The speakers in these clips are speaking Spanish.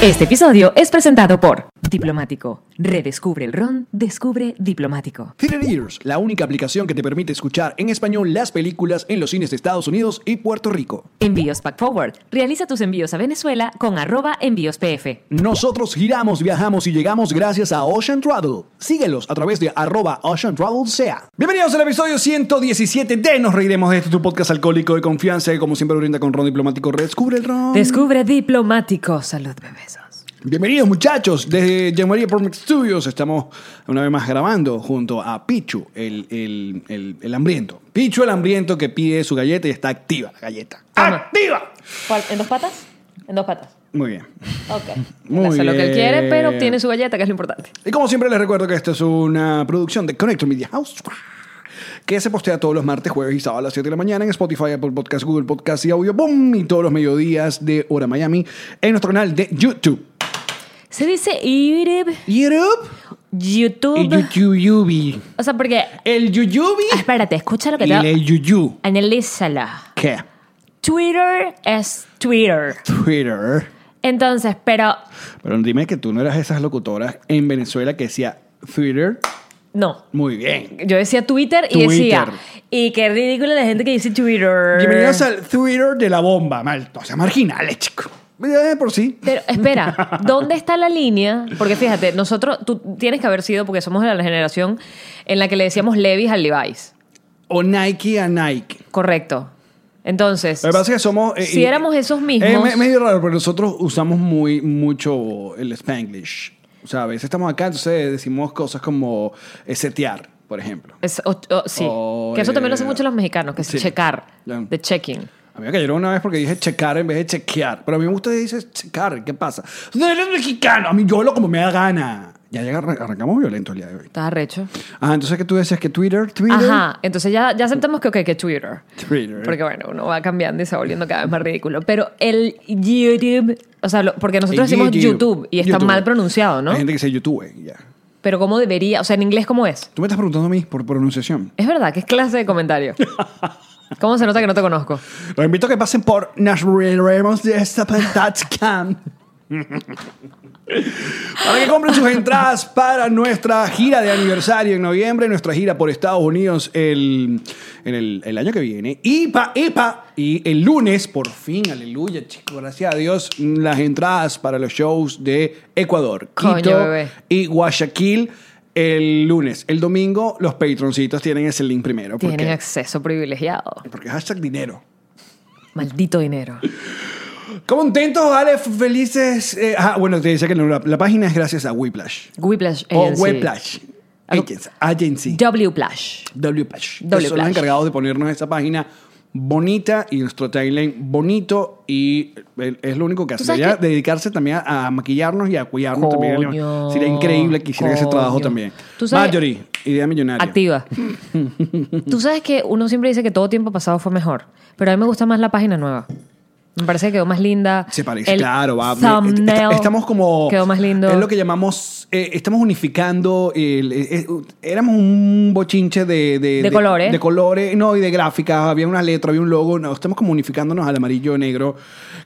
Este episodio es presentado por Diplomático. Redescubre el ron, descubre Diplomático. Theater Ears, la única aplicación que te permite escuchar en español las películas en los cines de Estados Unidos y Puerto Rico. Envíos Pack Forward. Realiza tus envíos a Venezuela con arroba envíos PF. Nosotros giramos, viajamos y llegamos gracias a Ocean Travel. Síguelos a través de arroba Ocean Travel sea. Bienvenidos al episodio 117 de Nos Reiremos de esto, tu podcast alcohólico de confianza que como siempre brinda con Ron Diplomático. Redescubre el Ron. Descubre Diplomático. Salud, bebesos. Bienvenidos muchachos, desde Gianmaria Pormex Studios estamos una vez más grabando junto a Pichu, el, el, el, el hambriento. Pichu el hambriento que pide su galleta y está activa la galleta. Toma. ¡Activa! ¿Cuál? ¿En dos patas? En dos patas. Muy bien. Ok. Muy Hace lo que él bien. quiere, pero obtiene su galleta, que es lo importante. Y como siempre les recuerdo que esta es una producción de Connector Media House que se postea todos los martes, jueves y sábados a las 7 de la mañana en Spotify, Apple Podcasts, Google Podcasts y Audio Boom y todos los mediodías de Hora Miami en nuestro canal de YouTube. Se dice YouTube. YouTube y YouTube. YouTube Yubi. O sea, porque. El Yuyubi Ah, Espérate, escucha lo que y te el Yuyu. Analízala. ¿Qué? Twitter es Twitter. Twitter. Entonces, pero. Pero dime que tú no eras esas locutoras en Venezuela que decía Twitter. No. Muy bien. Yo decía Twitter y Twitter. decía. Y qué ridícula la gente que dice Twitter. Bienvenidos al Twitter de la bomba, mal. O sea, marginales, chico. Eh, por sí. Pero espera, ¿dónde está la línea? Porque fíjate, nosotros, tú tienes que haber sido, porque somos de la generación en la que le decíamos Levis al Levi's. O Nike a Nike. Correcto. Entonces, Lo que pasa es que somos. eh, si y- éramos esos mismos, Es me- medio raro, pero nosotros usamos muy mucho el spanglish. O sea, a veces estamos acá, entonces decimos cosas como eh, setear, por ejemplo. es- o- o- sí, Oh, que eso también lo hacen eh, mucho los mexicanos, que es sí. checar, Claro. de checking. A mí me cayeron una vez porque dije checar en vez de chequear. Pero a mí me gusta dice checar. ¿Qué pasa? No eres mexicano. A mí yo lo como me da gana. Ya llega- arran- arrancamos violento el día de hoy. ¿Estás arrecho? Ah, entonces que tú decías que Twitter, Twitter. Ajá, entonces ya, ya aceptamos que, ok, que Twitter. Twitter. Porque bueno, uno va cambiando y se va volviendo cada vez más ridículo. Pero el YouTube, o sea, lo- porque nosotros En decimos YouTube y está YouTube. mal pronunciado, ¿no? Hay gente que dice YouTube, ya. Pero ¿cómo debería? O sea, en inglés, ¿cómo es? Tú me estás preguntando a mí por pronunciación. Es verdad, que es clase de comentario. ¿Cómo se nota que no te conozco? Los invito a que pasen por nasriremos de esta Cam. Para que compren sus entradas para nuestra gira de aniversario en noviembre, nuestra gira por Estados Unidos el, en el, el año que viene. Y pa, y pa, y el lunes, por fin, aleluya, chicos, gracias a Dios, las entradas para los shows de Ecuador, Coño, Quito bebé. y Guayaquil el lunes. El domingo, los patroncitos tienen ese link primero. ¿Por Tienen qué? acceso privilegiado. Porque hashtag dinero. Maldito dinero. Contentos, Ale, felices. Eh, ah, bueno, te decía que no, la, la página es gracias a Whiplash. Whiplash O Agency. Oh, Whiplash. Eh, Algo- Agency. Agency. Wplash. Wplash. Que Wplash. Son los encargados de ponernos esa página bonita y nuestro timeline bonito y eh, es lo único que hace. sabes Debería que- dedicarse también a, a maquillarnos y a cuidarnos Coño, también. Sería increíble que hiciera ese coño. trabajo también. Tú sabes- Marjorie, idea millonaria. Activa. Tú sabes que uno siempre dice que todo tiempo pasado fue mejor, pero a mí me gusta más la página nueva. Me parece que quedó más linda. Se parece, El claro, va. thumbnail Est- Estamos como. Quedó más lindo. Es lo que llamamos. eh, estamos unificando. el- eh, eh, éramos un bochinche de. De colores. De colores, no, y de gráficas. Había una letra, había un logo. No, estamos como unificándonos al amarillo negro.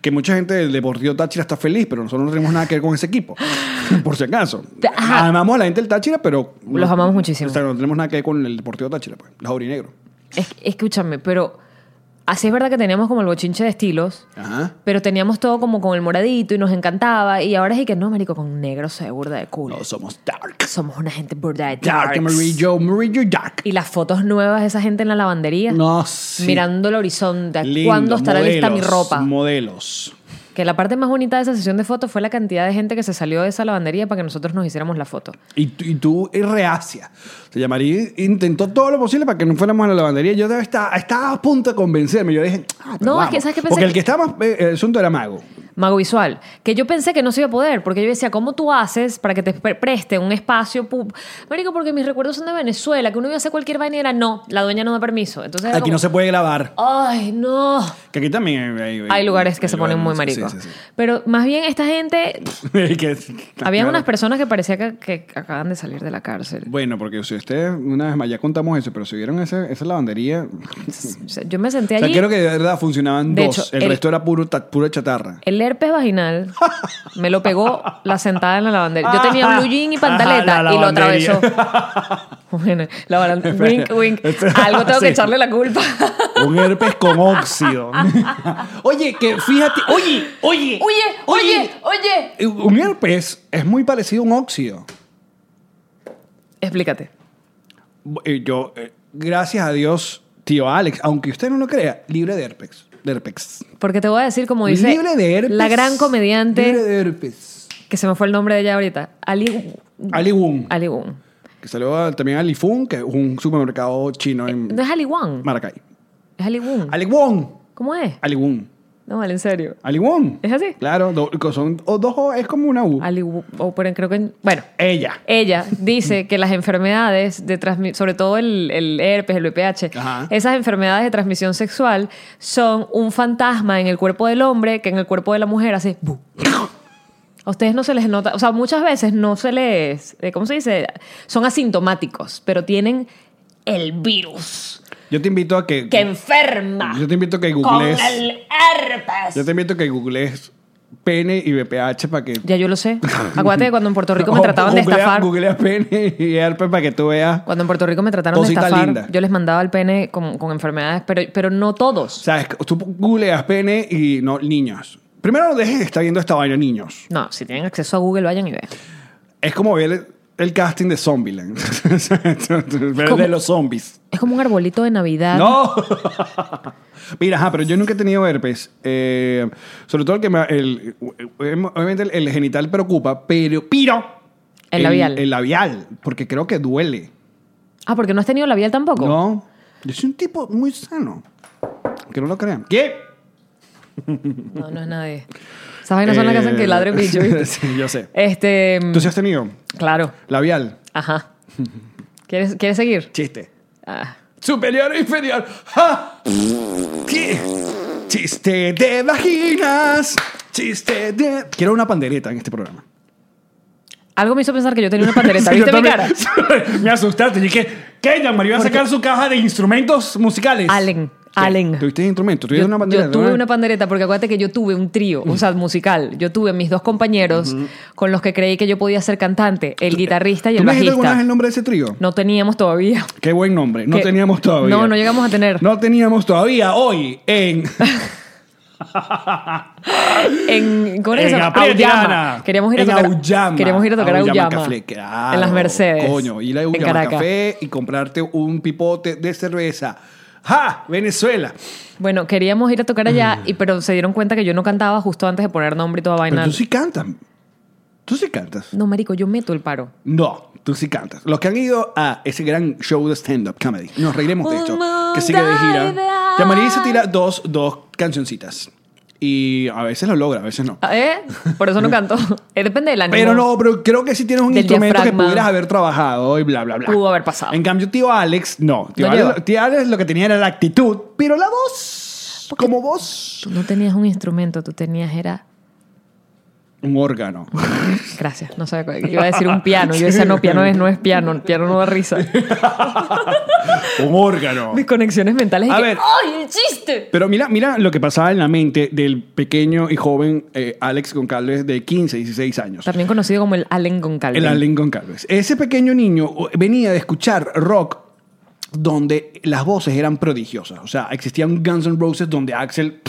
Que mucha gente del Deportivo Táchira está feliz, pero nosotros no tenemos nada que ver con ese equipo. por si acaso. Ajá. Amamos a la gente del Táchira, pero. Los amamos muchísimo. O sea, no tenemos nada que ver con el Deportivo Táchira, pues. Los aurinegros. Es- escúchame, pero Así es verdad que teníamos como el bochinche de estilos, Ajá. pero teníamos todo como con el moradito y nos encantaba. Y ahora es y que no, marico, con negro se ve burda de culo. No somos dark. Somos una gente burda de Dark, darks. amarillo, amarillo, dark. Y las fotos nuevas de esa gente en la lavandería. No, sí. Mirando el horizonte. Lindo, ¿Cuándo estará lista mi modelos, ropa? Modelos. Que la parte más bonita de esa sesión de fotos fue la cantidad de gente que se salió de esa lavandería para que nosotros nos hiciéramos la foto. Y, tú- y tú es reacia. Se llamaría, intentó todo lo posible para que no fuéramos a la lavandería. Yo estaba, estaba a punto de convencerme. Yo dije, ah, pero No, es vamos. que, ¿sabes qué pensé? Porque el Que- que estaba más, eh, el asunto era mago. Mago visual. Que yo pensé que no se iba a poder, porque yo decía, ¿cómo tú haces para que te pre- preste un espacio? pu- Marico, porque mis recuerdos son de Venezuela, que uno iba a hacer cualquier vaina y era no, la dueña no da permiso. Entonces era Aquí no como, se puede grabar. Ay, no. Que aquí también hay, Hay lugares que hay se ponen muy lugares- maricos. Sí, sí, Pero más bien esta gente, sí. Que- había claro. unas personas que parecía que, que acaban de salir de la cárcel. Bueno, porque si ustedes, una vez más, ya contamos eso, pero si vieron esa, esa lavandería. O sea, yo me senté O sea, allí. creo que de verdad funcionaban De dos. hecho, el, el- resto era puro, ta- pura chatarra. El herpes vaginal me lo pegó la sentada en la lavandería. Yo tenía blue jean y pantaleta La y lo lavandería. atravesó. Bueno, la balan- wink, wink. Espera, Algo tengo sí. que echarle la culpa. Un herpes con óxido. oye, que fíjate. Oye, oye. oye, oye, oye. Un herpes es muy parecido a un óxido. Explícate. Eh, Yo, eh, gracias a Dios, tío Alex, aunque usted no lo crea, libre de herpes. De herpes. Porque te voy a decir, como dice libre de herpes. la gran Libre comediante, de herpes. que se me fue el nombre de ella ahorita, Ali, Ali Wong. Ali Wong. Que salió a- también a Ali Fung, que es un supermercado chino en No es Ali Wong, Maracay. es Ali Wong. Em, Ali Wong. ¿Cómo es? Ali Wong. No, vale, en serio. Ali Wong. ¿Es así? Claro, do- son o dos O, es como una U. Ali Wong, o pero creo que... en- Bueno, Ella. Ella dice que las enfermedades de transmi- sobre todo el, el herpes, el VPH, Ajá. esas enfermedades de transmisión sexual son un fantasma en el cuerpo del hombre que en el cuerpo de la mujer hace. bu. A ustedes no se les nota, o sea, muchas veces no se les, eh, ¿cómo se dice? Son asintomáticos, pero tienen el virus Yo te invito a que. que enferma yo te invito a que con googlees. el herpes. Yo te invito a que googlees pene y BPH para que. Ya yo lo sé. Acuérdate de cuando en Puerto Rico me O trataban de Oh, googlea- estafar. Googlea pene y herpes para que tú veas. Cuando en Puerto Rico me trataron Cosita de estafar, linda. yo les mandaba el pene con, con enfermedades, pero, pero no O todos. sea, es que tú googleas pene y no, niños. Primero no dejes de estar viendo esta vaina, niños. No, si tienen acceso a Google, vayan y vean. Es como ver el, el casting de Zombieland. Ver ¿Cómo? de los zombies. Es como un arbolito de Navidad. ¡No! Mira, ajá, pero yo nunca he tenido herpes. Eh, sobre todo el que me. el- em, obviamente el, el genital preocupa, pero. ¡Piro! El labial. El, labial, porque creo que duele. Ah, porque no has tenido labial tampoco. No. Yo soy un tipo muy sano. Que no lo crean. ¿Qué? no, no es nadie. Esas vainas son las que hacen que Eh, ladre el bicho. sí, ¿viste? sí, yo sé. Este. ¿Tú sí has tenido? Claro. Labial. Ajá. ¿Quieres, ¿quieres seguir? Chiste. Ah. Superior e inferior. ¡Ja! ¿Qué? Chiste de vaginas. Chiste de. Quiero una pandereta en este programa. Algo me hizo pensar que yo tenía una pandereta. Sí, yo ¿Viste mi cara? también. Me asustaste. Dije, ¿qué? Jan Mario iba a sacar su caja de instrumentos musicales. Allen. ¿Qué? Allen. ¿Tuviste instrumentos? ¿Tuviste Yo, una yo bandera? tuve una pandereta porque acuérdate que yo tuve un trío, o sea, musical. Yo tuve mis dos compañeros con los que creí que yo podía ser cantante, el guitarrista y ¿Tú el me dijiste alguna vez bajista. el nombre de ese trío? No teníamos todavía. Qué buen nombre. No Que- teníamos todavía. No, no llegamos a tener. No teníamos todavía hoy en. En, ¿Cómo era En eso? Aprietiana. Auyama. Queríamos ir a En tocar Auyama. Queríamos ir a tocar a Auyama. Café, claro, en las Mercedes. Coño, ir a en Auyama Caracas. Café y comprarte un pipote de cerveza. ¡Ja! Venezuela. Bueno, queríamos ir a tocar allá, y, pero se dieron cuenta que yo no cantaba justo antes de poner nombre y toda Mm. Pero vaina. tú sí cantas. Tú sí cantas. No, marico, yo meto el paro. No, tú sí cantas. Los que han ido a ese gran show de stand-up comedy, nos reiremos de esto, Un que sigue de gira. mundo ideal. Ya María se tira dos, dos cancioncitas. Y a veces lo logra, a veces no. ¿Eh? Por eso no canto. Eh, depende del ánimo. Pero no, pero creo que si tienes un Del instrumento que diafragma. pudieras haber trabajado y bla, bla, bla. Pudo haber pasado. En cambio, tío Alex, no. Tío, No Alex, llegó. tío Alex lo que tenía era la actitud, pero la voz, como voz, Tú no tenías un instrumento, tú tenías era... un órgano. Gracias, no sabía cuál. Iba a decir un piano. Yo decía, no, piano es, no es piano. El piano no da risa. un órgano. Mis conexiones mentales. y A que, ver. ¡Ay, el chiste! Pero mira, mira lo que pasaba en la mente del pequeño y joven eh, Alex Goncalves de 15, 16 años. También conocido como el Allen Goncalves. eh, El Allen Goncalves. Ese pequeño niño venía de escuchar rock donde las voces eran prodigiosas. O sea, existía un Guns N' Roses donde Axel,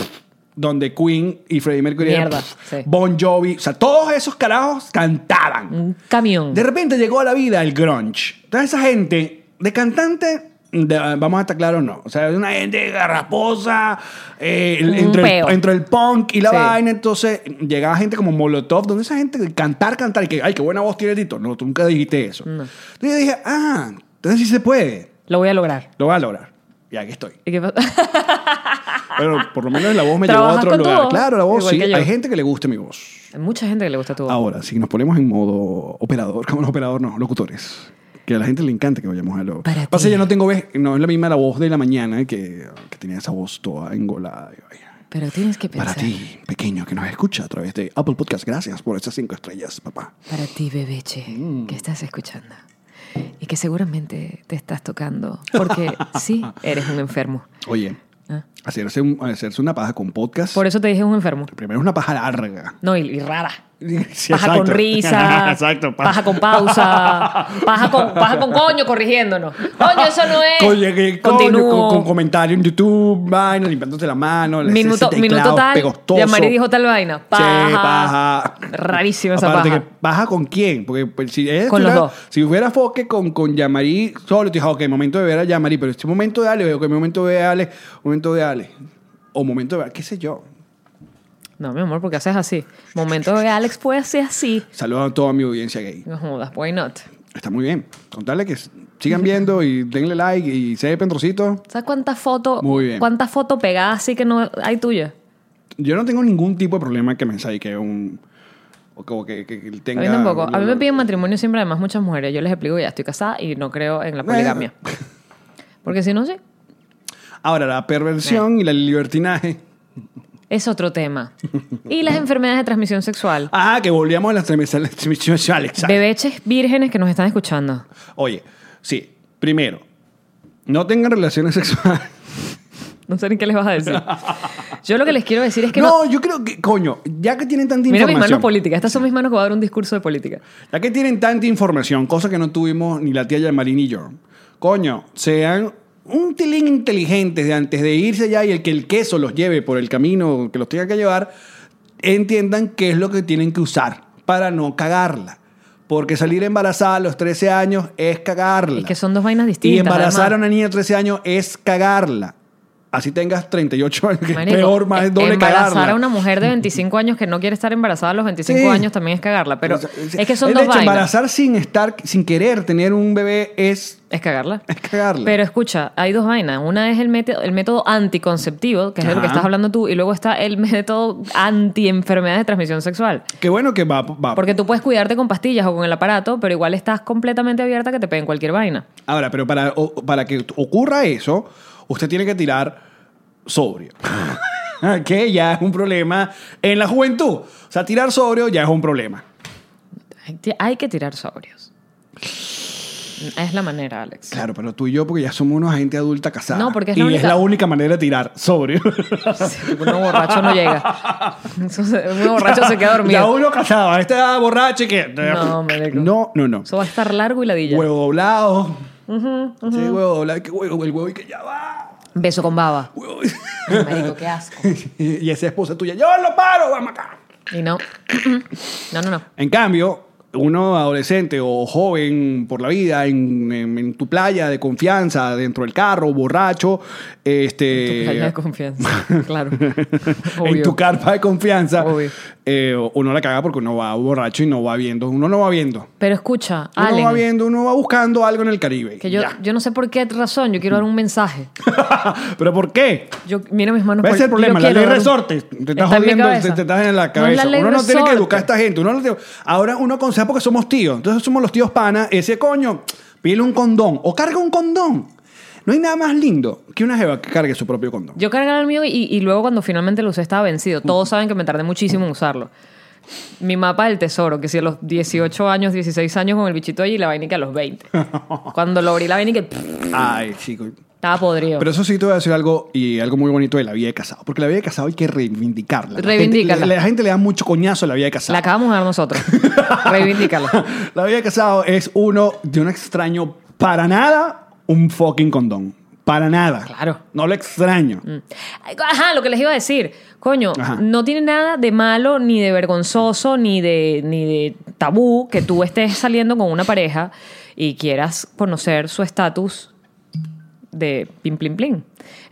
donde Queen y Freddie Mercury, eran, Mierda, sí. Bon Jovi, o sea, todos esos carajos cantaban. Un camión. De repente llegó a la vida el grunge. Toda esa gente de cantante, de- ah, vamos a estar claros, no. O sea, es una gente garraposa, eh, el- Un entre, peo. el, entre el punk y la Sí. vaina. Entonces llegaba gente como Molotov, donde esa gente de cantar, cantar, y que, ay, qué buena voz tiene Tito. No, tú nunca dijiste eso. Entonces yo dije, ah, entonces sí se puede. Lo voy a lograr. Lo voy a lograr. Y aquí estoy. ¿Y qué pasa? Pero por lo menos la voz me llevó a ¿Trabajas otro con tu lugar. voz? Claro, la voz Igual sí. que yo. Hay gente que le gusta mi voz. Hay mucha gente que le gusta tu voz. Ahora, si nos ponemos en modo operador, como no operador, no, locutores. Que a la gente le encanta que vayamos a lo. Para ti. Pasa, yo no tengo vez, no es la misma la voz de la mañana que, que tenía esa voz toda engolada. y vaya. Pero tienes que Para pensar. ti, pequeño, que nos escucha a través de Apple Podcast, gracias por esas cinco estrellas, papá. Para ti, bebeche, Mm. que estás escuchando. Y que seguramente te estás tocando. Porque sí, eres un enfermo. Oye, Ah. hacerse, un- hacerse una paja con podcast. Por eso te dije un enfermo. Primero es una paja larga. No, y, y rara. Sí, Paja exacto. con risa. exacto. paja. con pausa. Paja con, paja con coño corrigiéndonos. Coño, eso no es. Oye, que coño, Continúo. con, con comentario en YouTube, vaina, limpiándote la mano, ese- minuto, ese minuto teclado tal. pegostoso. Ya María dijo tal vaina. Sí, Paja. paja. Rarísima esa Aparte paja. que, ¿Paja con quién? Porque pues, si es- Con los fuera- dos. Si fuera Foque con, con Yamari solo, te dije, ok, momento de ver a Yamari, pero este momento de Ale, veo que momento de Ale, momento de Ale. O momento de qué sé yo. No, mi amor, porque haces así. Momento de Alex puede hacer así. Saludos a toda mi audiencia gay. No jodas, why not? Está muy bien. Contarle que s- sigan viendo y denle like y se pendrocito. ¿Sabes cuántas fotos? Muy bien. ¿Cuántas fotos pegadas así que no hay tuya? Yo no tengo ningún tipo de problema que me que un. O como que, que- que A tenga. mí tampoco. A mí me lo- piden matrimonio siempre, además, muchas mujeres. Yo les explico, ya estoy casada y no creo en la Eh. poligamia. Porque si no, sí. Ahora, la perversión y la libertinaje. Es otro tema. Y las enfermedades de transmisión sexual. Ah, que volvíamos a las transmisiones sexuales. Bebeches vírgenes que nos están escuchando. Oye, sí, primero, no tengan relaciones sexuales. No sé ni qué les vas a decir. Yo lo que les quiero decir es que no. no, yo creo que, coño, ya que tienen tanta Mira mis manos información. políticas. Estas son mis manos que va a dar un discurso de política. ya que tienen tanta información, cosa que no tuvimos ni la tía Yamarín ni yo. Coño, sean un tilín inteligentes de antes de irse ya y el que el queso los lleve por el camino que los tenga que llevar, entiendan qué es lo que tienen que usar para no cagarla. Porque salir embarazada a los 13 años es cagarla. Es que son dos vainas Y distintas. embarazar a además. una niña de 13 años es cagarla. Así tengas 38 años, que es Marico, e- peor, más es doble embarazar cagarla. a una mujer de 25 años que no quiere estar embarazada a los 25 Sí. años también es cagarla. Pero es, que son El dos hecho, vainas. embarazar sin estar, sin querer tener un bebé es, Es cagarla. es cagarla. Pero escucha, hay dos vainas. Una es el método, el método anticonceptivo, que es de lo que Ajá. estás hablando tú, y luego está el método anti-enfermedades de transmisión sexual. Qué bueno que va, va. Porque tú puedes cuidarte con pastillas o con el aparato, pero igual estás completamente abierta a que te peguen cualquier vaina. Ahora, pero para, o- para que ocurra eso, usted tiene que tirar sobrio. que ya es un problema en la juventud. O sea, tirar sobrio ya es un problema. Hay ti- Hay que tirar sobrios. Es la manera, Alex. Claro, pero tú y yo, porque ya somos una gente adulta casada. No, porque es y la es única- la única manera de tirar sobrio. Sí, uno borracho no llega. Eso se- Uno borracho se queda dormido. Ya uno casado, a esta edad borracho y que. No, marico. No, no, no. Eso va a estar largo y ladilla. Huevo doblado. Sí, huevo doblado. Que huevo, el huevo y que ya va. Beso con baba. Huevo. Ay, marico, qué asco. y esa esposa tuya, yo lo paro, vamos acá. Y no. No, no, no. En cambio, uno adolescente o joven por la vida, en, en- en tu playa de confianza, dentro del carro, borracho, este. Tu playa de confianza. Claro. en Obvio. tu carpa de confianza, Obvio. eh, uno la caga porque uno va borracho y no va viendo. Uno no va viendo. Uno Pero escucha, Allen, va viendo, uno va buscando algo en el Caribe. que yo, Ya. yo no sé por qué razón, yo quiero dar un mensaje. ¿Pero por qué? Yo, mira mis manos. ¿Ves pol- el problema? yo La ley quiero dar un- resorte. Te estás Está en mi jodiendo, cabeza. te, te estás en la No es cabeza. ley uno no tiene que resorte. educar a esta gente. Uno no tiene- Ahora uno aconseja porque somos tíos. Entonces somos los tíos pana. Ese coño, pídele un condón o carga un condón. No hay nada más lindo que una jeva que cargue su propio condón. Yo cargaba el mío y, y luego cuando finalmente lo usé estaba vencido. Todos saben que me tardé muchísimo en usarlo. Mi mapa del tesoro, que si a los 18 años, 16 años con el bichito allí y la vainica a los 20. Cuando lo abrí la vainica, pff, Ay, chico. estaba podrido. Pero eso sí te voy a decir algo y algo muy bonito de la vida de casado. Porque la vida de casado hay que reivindicarla. La gente- Reivindícala. La, la gente le da mucho coñazo a la vida de casado. la acabamos de dar nosotros. Reivindícala. La vida de casado es uno, yo no extraño para nada un fucking condón. Para nada. Claro. Mm. No lo extraño. Ajá, lo que les iba a decir. Coño, Ajá. no tiene nada de malo, ni de vergonzoso, ni de, ni de tabú que tú estés saliendo con una pareja y quieras conocer su estatus de pim, plim, plim.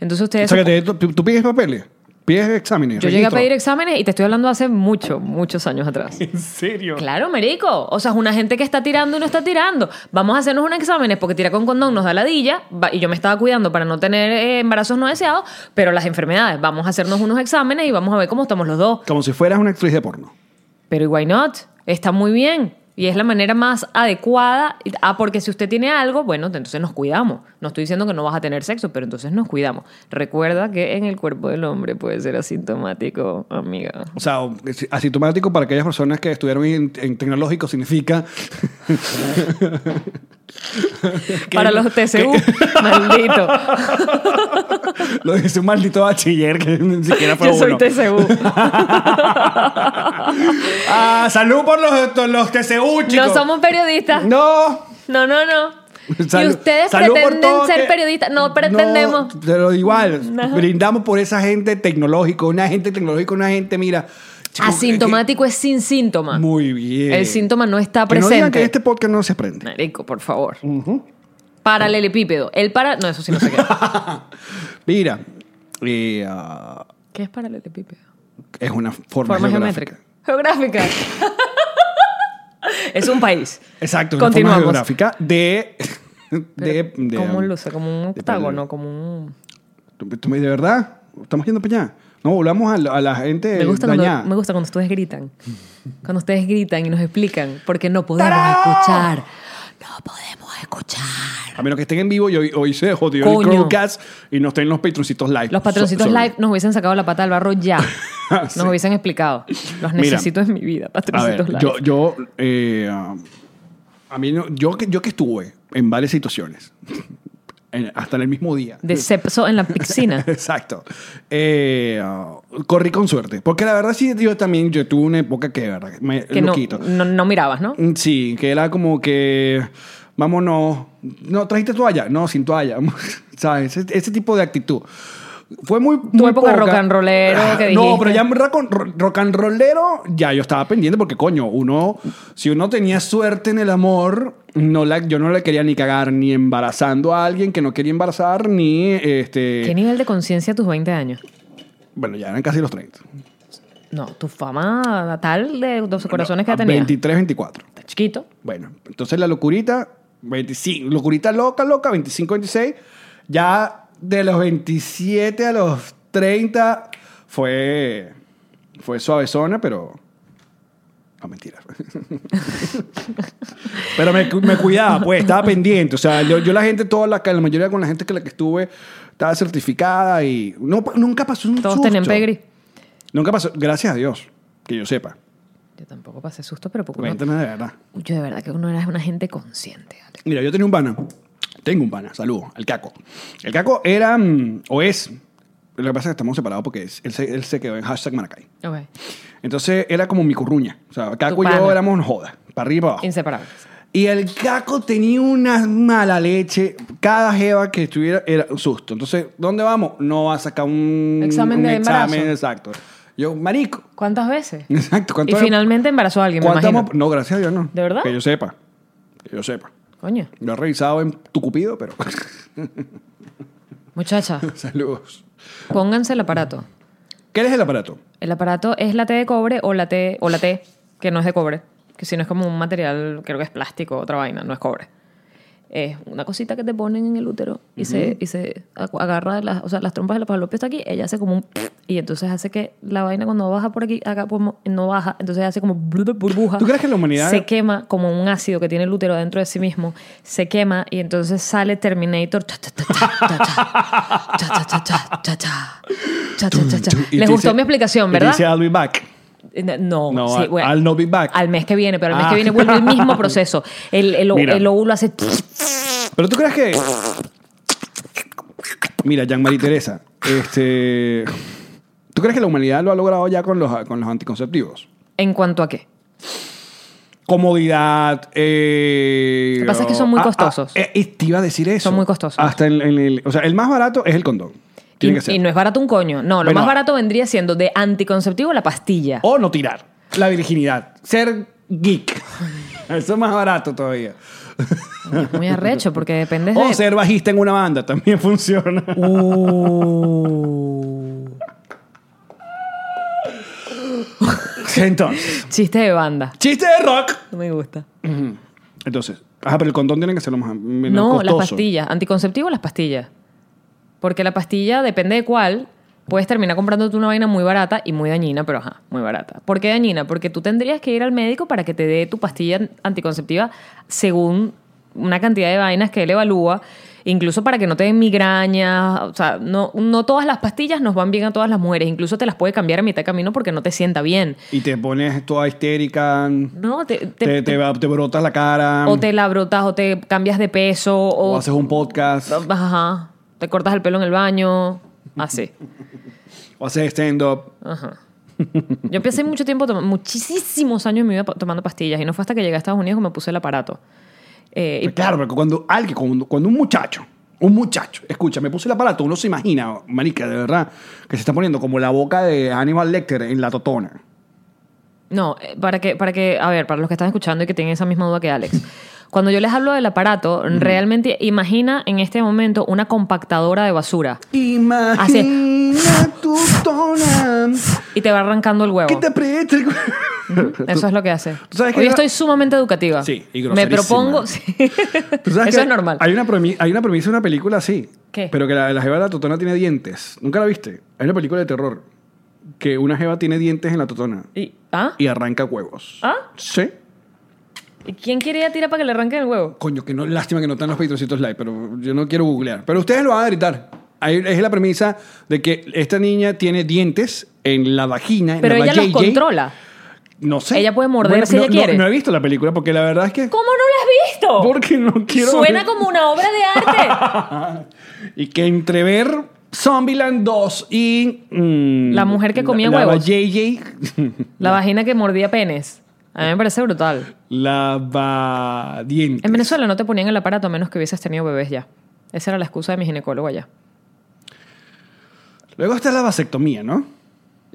Entonces O ustedes... sea, que te- tú, tú pides papeles, pides exámenes. Yo llegué a registro. pedir exámenes y te estoy hablando hace mucho, muchos años atrás. ¿En serio? Claro, marico. O sea, es una gente que está tirando y no está tirando. Vamos a hacernos un exámenes porque tirar con condón nos da ladilla va- y yo me estaba cuidando para no tener eh, embarazos no deseados, pero las enfermedades. Vamos a hacernos unos exámenes y vamos a ver cómo estamos los dos. Como si fueras una actriz de porno. Pero ¿y why not? Está muy bien. Y es la manera más adecuada. Ah, porque si usted tiene algo, bueno, entonces nos cuidamos. No estoy diciendo que no vas a tener sexo, pero entonces nos cuidamos. Recuerda que en el cuerpo del hombre puede ser asintomático, amiga. O sea, o- es asintomático para aquellas personas que estuvieron en, en tecnológico significa. que- Para los TCU, maldito. Lo dice un maldito bachiller que ni siquiera fue Yo soy uno. TCU. ah, salud por los, los TCU, chicos. No somos periodistas. No, No. no, no. y Salud- ustedes salud por todo pretenden ser que- periodistas. No pretendemos. No, pero igual, brindamos por esa gente tecnológico, una gente tecnológica, una gente, mira. chico, Asintomático es sin síntoma. que- Muy bien. El síntoma no está Que no presente. digan que este podcast no se aprende. Marico, por favor. Paralelepípedo. El para. No, eso sí no sé qué. Mira, eh, ah, ¿Qué es paralelepípedo? es una forma, Forma geográfica. geométrica. Geográfica. es un país. Exacto, una forma Continuamos. geográfica de. de, de- ¿Cómo luce? Como un de- octágono, como un. ¿Tú- tú me- ¿De verdad? ¿Estamos yendo para allá? No, volvamos a, la- a la gente Me gusta, dañada. cuando, me gusta cuando ustedes gritan. Cuando ustedes gritan y nos explican. Porque no podemos escuchar. No podemos escuchar. A menos que estén en vivo y hoy, hoy se jodió Coño. el Chromecast y nos estén los patroncitos live. Los patroncitos So- sorry. live nos hubiesen sacado la pata al barro ya. Nos Sí. hubiesen explicado. Los necesito en mi vida, A ver, patroncitos live. yo, yo, eh, um, a mí no- yo, que- yo que estuve en varias situaciones, en- hasta en el mismo día. De sepso en la piscina. Exacto. Eh, uh, corrí con suerte. Porque la verdad sí, yo también, yo tuve una época que, de verdad, me que no, loquito. no, no mirabas, ¿no? Mm, Sí, que era como que, vámonos, no, ¿trajiste toalla? No, sin toalla, ¿sabes? Ese, ese tipo de actitud. Fue muy, muy época poca. rock and rollero que No, dijiste. pero ya rock, and- rock and rollero ya yo estaba pendiente porque, coño, uno, si uno tenía suerte en el amor, no la, yo no le quería ni cagar, ni embarazando a alguien que no quería embarazar, ni este... ¿Qué nivel de conciencia a tus 20 años? Bueno, ya eran casi los 30. No, tu fama tal de 12 corazones que A ya tenías. 23, 24. Está Chiquito. Bueno, entonces la locurita, 25, locurita loca, loca, 25, 26. Ya de los 27 a los 30 fue, fue suavezona, pero... No, mentira. pero me, cu- me cuidaba, pues, estaba pendiente. O sea, yo, yo la gente, toda la, la mayoría con la gente que la que estuve, estaba certificada y no, pa- nunca pasó un Todos susto. tenían pegri. Nunca pasó, gracias a Dios, que yo sepa. Yo tampoco pasé susto, pero porque uno- Cuéntame de verdad. yo de verdad que uno era una gente consciente. Ale. Mira, yo tenía un pana. Tengo un pana, saludo, el Caco. El Caco era, mm, o es, lo que pasa es que estamos separados porque es- él, se, él se quedó en hashtag Maracay. Ok. Entonces era como mi curruña. O sea, Caco Tu y yo pana. éramos joda, para arriba y para abajo. Inseparables. Y el caco tenía una mala leche. Cada jeva que estuviera era un susto. Entonces, ¿dónde vamos? No va a sacar un Examen un de embarazo. exacto. Yo, marico. ¿Cuántas veces? Exacto. Y ¿cuánto- finalmente embarazó a alguien, me cuánto imagino. vamos- No, gracias a Dios, no. ¿De verdad? Que yo sepa. Que yo sepa. Coño, Lo he revisado en tu cupido, pero muchacha, saludos. pónganse el aparato. ¿Qué es el aparato? El aparato es la T de cobre o la T, o la T que no es de cobre, que si no es como un material, creo que es plástico, otra vaina, no es cobre. Es una cosita que te ponen en el útero y, se, y se acu- agarra, de las, o sea, las trompas de la palopia está aquí, ella hace como un... Y entonces hace que la vaina cuando baja por aquí, acá como no baja, entonces hace como blu- blu- burbuja. ¿Tú crees que la humanidad- Se quema como un ácido que tiene el útero dentro de sí mismo, se quema y entonces sale Terminator. cha, cha, cha, cha, cha, cha, cha, cha, cha, cha, cha, cha, cha, cha. Y Les te gustó dice- mi y explicación, te ¿verdad? Dice I'll be back. Eh, No, No, sí, al- I'll not be back. Al mes que viene, pero al mes Ah. que viene vuelve el mismo proceso. El, el, o- Mira. el óvulo hace. Pero tú crees que. Mira, Jean Marie Teresa, este. ¿Tú crees que la humanidad lo ha logrado ya con los, con los anticonceptivos? ¿En cuanto a qué? comodidad. Eh, Lo que pasa es que son muy ah, ah, costosos. eh, y te iba a decir eso. Son muy costosos. Hasta en, en el, o sea, el más barato es el condón. Tiene y, que ser. y no es barato un coño. No, lo Bueno. más barato vendría siendo de anticonceptivo la pastilla. O no tirar. La virginidad. Ser geek. Eso es más barato todavía. Muy arrecho, porque depende Oh. O de. ser bajista en una banda también funciona. Entonces, Chiste de banda. chiste de rock. No me gusta. Entonces, ajá, pero el condón tiene que ser lo más menos No, las costoso. pastillas. Anticonceptivo, las pastillas. Porque la pastilla, depende de cuál, puedes terminar comprándote una vaina muy barata y muy dañina, pero ajá, muy barata. ¿Por qué dañina? Porque tú tendrías que ir al médico para que te dé tu pastilla anticonceptiva según una cantidad de vainas que él evalúa, incluso para que no te den migrañas. O sea, no, no todas las pastillas nos van bien a todas las mujeres. Incluso te las puede cambiar a mitad de camino porque no te sienta bien. Y te pones toda histérica. No, te- te- Te, te, va- te brotas la cara. o te la brotas, o te cambias de peso, o, o haces un podcast. Ajá. Te cortas el pelo en el baño. Así. O haces stand-up. Ajá. Yo pasé mucho tiempo, tom- muchísimos años en mi vida pa- tomando pastillas. Y no fue hasta que llegué a Estados Unidos que me puse el aparato. Eh, y- Pero Pues Claro, porque cuando alguien, cuando, cuando un muchacho, un muchacho, escucha, me puse el aparato, uno se imagina, marica, de verdad, que se está poniendo como la boca de Animal Lecter en la totona. No, eh, para que, para que, a ver, para los que están escuchando y que tienen esa misma duda que Alex. Cuando yo les hablo del aparato, realmente imagina en este momento una compactadora de basura Imagina tu tona y te va arrancando el huevo. que te aprieta. el cu- Eso es lo que hace. ¿Tú sabes que Hoy yo- estoy sumamente educativa. Sí, y Me groserísima. propongo. sí. ¿Tú sabes Eso que es normal. Hay una, premi- hay una premisa de una película así. ¿Qué? Pero que la, la jeva de la totona tiene dientes. ¿Nunca la viste? Hay una película de terror que una jeva tiene dientes en la totona Y- ¿Ah? y arranca huevos. ¿Ah? Sí. ¿Y ¿Quién quiere ir a tirar para que le arranquen el huevo? Coño, que no, lástima que no están los patroncitos live, pero yo no quiero googlear. Pero ustedes lo van a gritar. Ahí es la premisa de que esta niña tiene dientes en la vagina. en Pero la ella los vajayjay. controlla. No sé. Ella puede morder si no- ella no- quiere. No, he visto la película porque la verdad es que. ¿Cómo no lo has visto? Porque no quiero. Suena ver. como una obra de arte. Y que entre ver Zombieland 2 y. mm, La mujer que comía la, huevos. La vajayjay- La vagina que mordía penes. A mí me parece brutal. La va. En Venezuela no te ponían el aparato a menos que hubieses tenido bebés ya. Esa era la excusa de mi ginecólogo allá. Luego está la vasectomía, ¿no?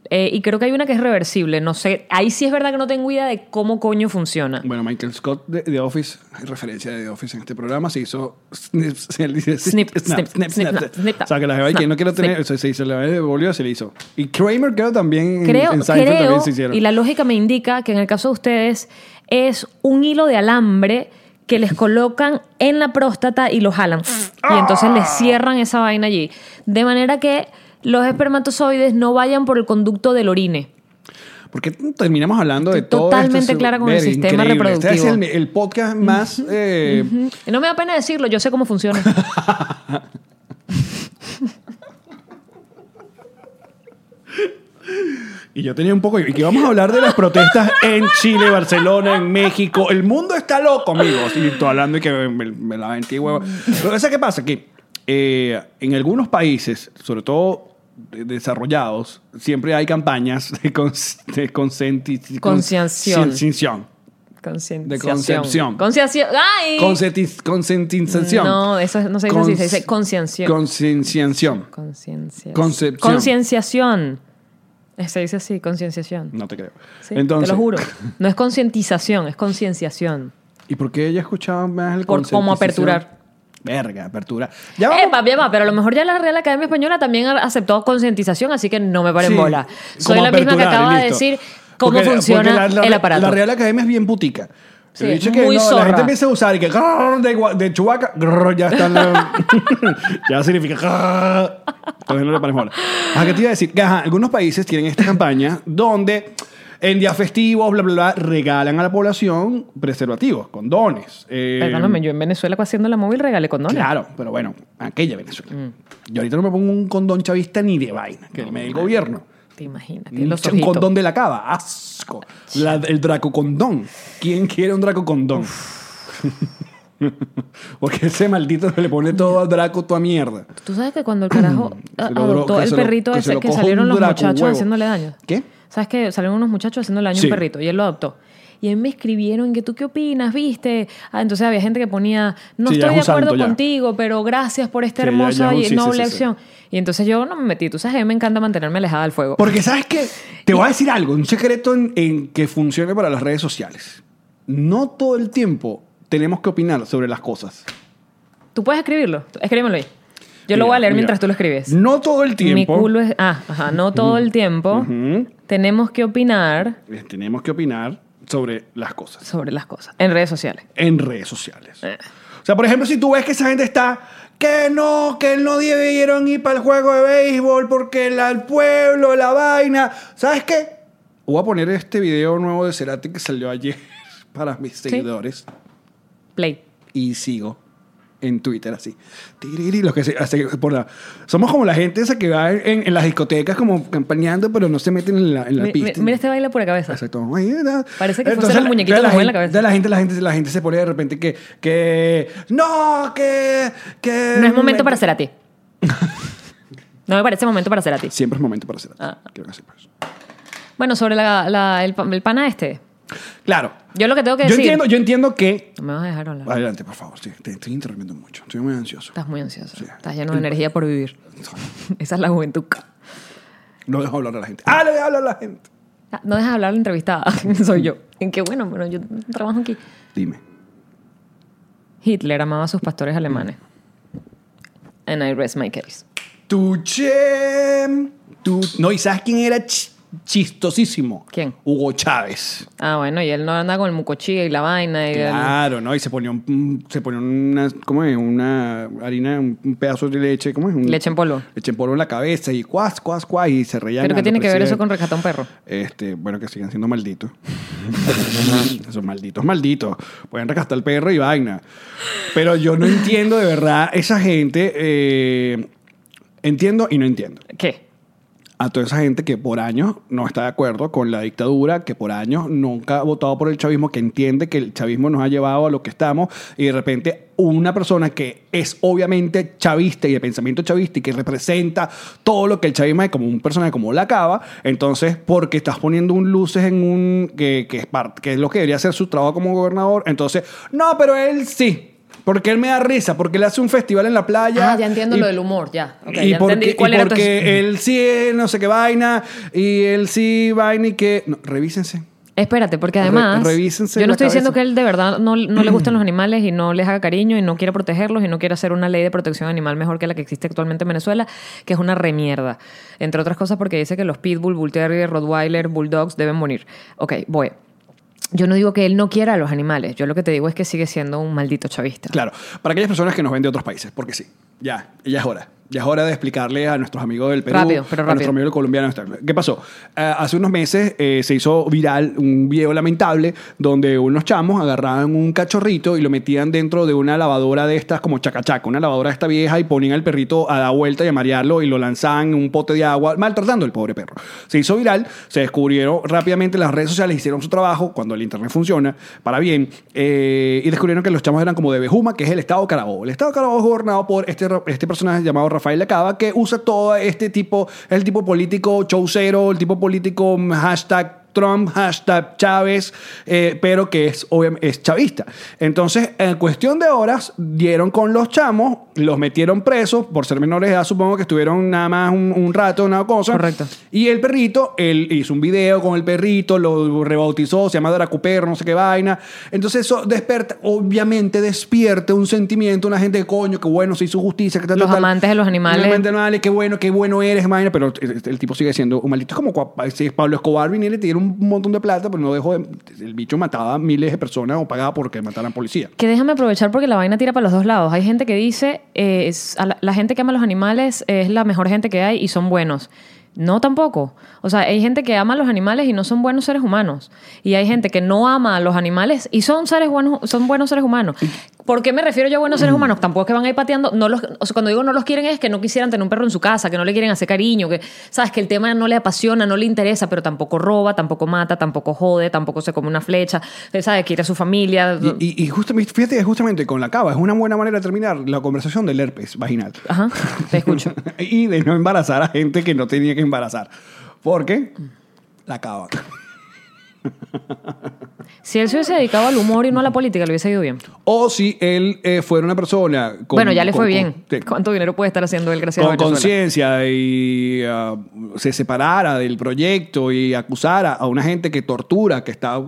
Eh, y creo que hay una que es reversible. No sé. Ahí sí es verdad que no tengo idea de cómo coño funciona. Bueno, Michael Scott de The Office, hay referencia de The Office en este programa, se hizo snip, se le dice Snip, snip, snap, snip, snip, snip, snap. snap, snap, O sea, que la jeva y snap, que no quiero tener, snip. o sea, se hizo, la jeva devolvió, se le hizo. Y Kramer creo también en- Creo, en Seinfeld creo, también se hicieron. y la lógica me indica que en el caso de ustedes es un hilo de alambre que les colocan en la próstata y lo jalan. Y entonces les cierran esa vaina allí. De manera que los espermatozoides no vayan por el conducto del orine. ¿Por qué terminamos hablando de Estoy todo totalmente esto? clara con el Ver, sistema increíble. Este es el, reproductivo. el podcast más... eh, No me da pena decirlo, yo sé cómo funciona. Y yo tenía un poco... Y que vamos a hablar de las protestas en Chile, Barcelona, en México. El mundo está loco, amigos. Y estoy hablando y que me, me- me la ventí, huevo. Pero ¿sabes qué pasa? Que eh, en algunos países, sobre todo de- desarrollados, siempre hay campañas de, cons- de consenti- Concienciación. concienciación. Concienciación. De concepción. Concienciación. ¡Ay! Consenti- Concientización. No, eso es- no se dice así, se dice Cons- concienciación. Concienciación. Conciencia. Concepción. Concienciación. Eh, Se dice así, concienciación. No te creo. Sí, te lo juro. No es concientización, es concienciación. ¿Y por qué ella escuchaba más el Por cómo concientización? aperturar. Verga, apertura. Ya vamos- Epa, epa, pero a lo mejor ya la Real Academia Española también a- aceptó concientización, así que no me paren Sí, bola. Soy cómo la misma que aperturar, acaba de listo. decir cómo Porque- funciona porque la- la- el aparato. La Real Academia es bien putica. Sí, He es dicho que muy no, la zorra. gente empieza a usar y que grrr, de, gua- de Chubaca, grrr, ya está en la- ya significa grrr. entonces no le paremos bola. Ajá, ¿qué te iba a decir? Que, ajá, algunos países tienen esta campaña donde en días festivos bla bla bla regalan a la población preservativos, condones. eh, Perdóname, yo en Venezuela haciendo la móvil regalé condones. Claro, pero bueno, aquella Venezuela. Mm. Yo ahorita no me pongo un condón chavista ni de vaina, que me dé el gobierno. Te imaginas, Un, tiene los un ojitos. condón de la cava, asco. La- el draco condón. ¿Quién quiere un draco condón? Porque ese maldito le pone todo al draco toda mierda. Tú sabes que cuando el carajo Se a- lo dro- adoptó que el se lo- perrito que se ese lo que coja un salieron los draco, un muchachos huevo. haciéndole daño. ¿Qué? ¿Sabes qué? Salieron unos muchachos haciendo el año a Sí. un perrito y él lo adoptó. Y a mí me escribieron que tú qué opinas, viste. Ah, entonces había gente que ponía, no Sí, ya estoy de es un acuerdo santo ya. contigo, pero gracias por esta Sí, ya- ya es hermosa un- y sí, sí, noble sí, sí. acción. Y entonces yo no me metí. Tú sabes, que a mí me encanta mantenerme alejada del fuego. Porque sabes que te voy a decir algo, un secreto en, en que funcione para las redes sociales. No todo el tiempo tenemos que opinar sobre las cosas. Tú puedes escribirlo. Tú- Escríbemelo ahí. Yo Mira, lo voy a leer mira. mientras tú lo escribes. No todo el tiempo. Mi culo es. Ah, ajá, no todo el tiempo. Ujú. Tenemos que opinar Eh, Tenemos que opinar sobre las cosas sobre las cosas en redes sociales. en redes sociales. Eh. O sea, por ejemplo, si tú ves que esa gente está que no, que no debieron ir para el juego de béisbol porque la- el pueblo, la vaina. ¿Sabes qué? Voy a poner este video nuevo de Cerati que salió ayer para mis seguidores. Play. y sigo en Twitter así. Tiriri, los que se- así, por la, somos como la gente esa que va en, en las discotecas como campañando, pero no se meten en la, en la Mi- mi- pista. mira este baile por la cabeza. Exacto. Ay, era- Parece que fuese Entonces, el la- muñequito entonces que mueve la gente- cabeza. entonces La gente, la gente, la gente se pone de repente que, que no, que, que No es momento para Cerati. No me parece momento para Cerati. Siempre es momento para hacer. pues. Ah. Creo que siempre es. Bueno, sobre la- la- el, pa- el pana este. Claro. Yo lo que tengo que Yo decir. entiendo, yo entiendo que No me vas a dejar hablar. adelante, por favor. sí, te estoy interrumpiendo mucho. Estoy muy ansioso. Estás muy ansioso. Estás lleno de energía por vivir. Esa es la juventud. No dejo hablar a la gente. Ah, le habla a la gente. Ah, No dejas hablar a la entrevistada. Soy yo. Qué bueno, pero yo trabajo aquí. Dime. Hitler amaba a sus pastores alemanes. And I rest my case. Tu chem. Tu... No, ¿y sabes quién era ch- chistosísimo? ¿Quién? Hugo Chávez. Ah, bueno, y él no anda con el mucochí y la vaina. Y Claro, ¿no? Y se ponía, un, se ponía una, ¿cómo es? Una harina, un un pedazo de leche, ¿cómo es? Un- Leche en polvo. Leche en polvo en la cabeza y cuas, cuas, cuas, y se reían. Pero que ¿qué tiene que ver eso con rescatar a un perro? Este, bueno, que sigan siendo malditos. Esos malditos, malditos. Pueden rescatar al perro y vaina. Pero yo no entiendo de verdad esa gente. eh, entiendo y no entiendo. ¿Qué? a toda esa gente que por años no está de acuerdo con la dictadura, que por años nunca ha votado por el chavismo, que entiende que el chavismo nos ha llevado a lo que estamos, y de repente una persona que es obviamente chavista y de pensamiento chavista y que representa todo lo que el chavismo es como un personaje como la cava, entonces porque estás poniendo un luces en un que, que es parte, que es lo que debería ser su trabajo como gobernador, entonces no, pero él sí. Porque él me da risa, porque él hace un festival en la playa. Ah, ya entiendo y- lo del humor, ya. Ok, y ya porque, entendí y cuál era tu- porque él sí es no sé qué vaina y él sí vaina y que... No, revísense. Espérate, porque Re- además. revísense yo no la estoy diciendo cabeza. que él de verdad no, no le gustan los animales y no les haga cariño y no quiera protegerlos y no quiera hacer una ley de protección animal mejor que la que existe actualmente en Venezuela, que es una remierda. Entre otras cosas, porque dice que los pitbull, bull terrier, rottweiler, bulldogs deben morir. Ok, voy. Yo no digo que él no quiera a los animales. Yo lo que te digo es que sigue siendo un maldito chavista. Claro, para aquellas personas que nos ven de otros países, porque sí, ya, ya es hora. Ya es hora de explicarle a nuestros amigos del Perú, Rápido, pero a nuestro rápido. amigo el colombiano. este. ¿Qué pasó? Eh, hace unos meses eh, se hizo viral un video lamentable donde unos chamos agarraban un cachorrito y lo metían dentro de una lavadora de estas como chacachaca, una lavadora de esta vieja y ponían al perrito a dar vuelta y a marearlo y lo lanzaban en un pote de agua, maltratando al pobre perro. Se hizo viral, se descubrieron rápidamente las redes sociales, hicieron su trabajo cuando el internet funciona para bien eh, y descubrieron que los chamos eran como de Bejuma, que es el estado Carabobo. El estado Carabobo es gobernado por este, ra- este personaje llamado Rafael Lacaba que usa todo este tipo, el tipo político chaucero, el tipo político mm, hashtag Trump, hashtag Chávez, eh, pero que es, obviamente, es chavista. Entonces, en cuestión de horas, dieron con los chamos, los metieron presos por ser menores de edad, supongo que estuvieron nada más un, un rato, una cosa. Correcto. Y el perrito, él hizo un video con el perrito, lo rebautizó, se llama Dracuper, no sé qué vaina. Entonces, eso despierta, obviamente despierta un sentimiento, una gente de coño, que bueno, se hizo justicia, que tal, Los tal, tal. amantes de los animales. Los amantes de los animales, qué bueno, qué bueno eres, vaina, pero el, el tipo sigue siendo un maldito. Es como cua- si Pablo Escobar viniera y te diera un montón de plata, pero no dejó de. El bicho mataba a miles de personas o pagaba porque mataran policía. Que déjame aprovechar porque la vaina tira para los dos lados. Hay gente que dice, eh, es- a la, la gente que ama a los animales es la mejor gente que hay y son buenos. No, tampoco. O sea, hay gente que ama a los animales y no son buenos seres humanos. Y hay gente que no ama a los animales y son seres buenos, son buenos seres humanos. ¿Por qué me refiero yo a buenos seres humanos? Tampoco es que van a ir pateando. No los, o sea, cuando digo no los quieren es que no quisieran tener un perro en su casa, que no le quieren hacer cariño, que sabes que el tema no le apasiona, no le interesa, pero tampoco roba, tampoco mata, tampoco jode, tampoco se come una flecha, eh, sabes, quiere a su familia. Y, y, y justamente, fíjate, que justamente con la cava es una buena manera de terminar la conversación del herpes vaginal. Ajá, te escucho. y de no embarazar a gente que no tenía que embarazar. Porque la acaban. Si él se hubiese dedicado al humor y no a la política, le hubiese ido bien. O si él eh, fuera una persona. Con, bueno, ya le con- fue con- bien. sí, con, ¿Cuánto dinero puede estar haciendo él gracias a Venezuela? conciencia y ah, se separara del proyecto y acusara a una gente que tortura, que está.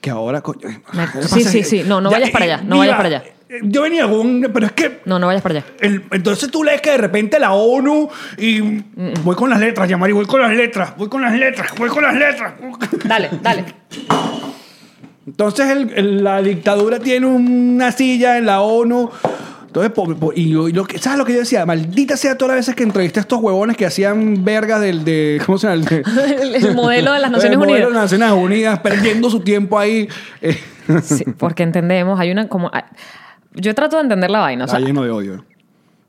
que ahora. coño, Me- ¿qué sí, pasa? sí, sí. No, no vayas para allá, no vayas para allá. eh, Yo venía con. un- Pero es que. No, no vayas para allá. el- entonces tú lees que de repente la ONU y voy con las letras, Yamari, voy con las letras, voy con las letras, voy con las letras. Dale, dale. Entonces el- el- la dictadura tiene una silla en la ONU. Entonces, po- po- y, yo- y lo que, ¿sabes lo que yo decía? Maldita sea todas las veces que entrevisté a estos huevones que hacían vergas del de. ¿Cómo se llama? El, de- El, el modelo de las el Naciones modelo Unidas. de las Naciones Unidas, perdiendo su tiempo ahí. Eh, Sí, porque entendemos, hay una como... ah, Yo trato de entender la vaina. O sea, está lleno de odio.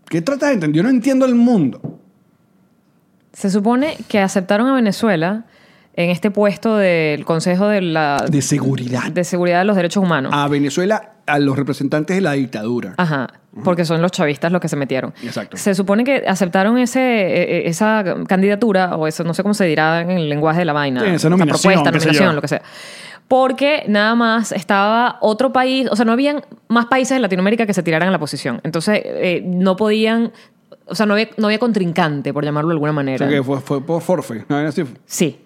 ¿Qué tratas de entender? Yo no entiendo el mundo. se supone que aceptaron a Venezuela en este puesto del Consejo de la... De seguridad. de Seguridad de los Derechos Humanos. A Venezuela, a los representantes de la dictadura. Ajá, porque son los chavistas los que se metieron. Exacto. Se supone que aceptaron ese, eh, eh, esa candidatura, o eso no sé cómo se dirá en el lenguaje de la vaina. Sí, esa O sea, nominación, propuesta, qué sé yo. nominación, lo que sea. Porque nada más estaba otro país, o sea, no habían más países de Latinoamérica que se tiraran a la posición. Entonces, eh, no podían, o sea, no había, no había contrincante, por llamarlo de alguna O manera. sea, que fue, fue por forfe. No, era así. Sí,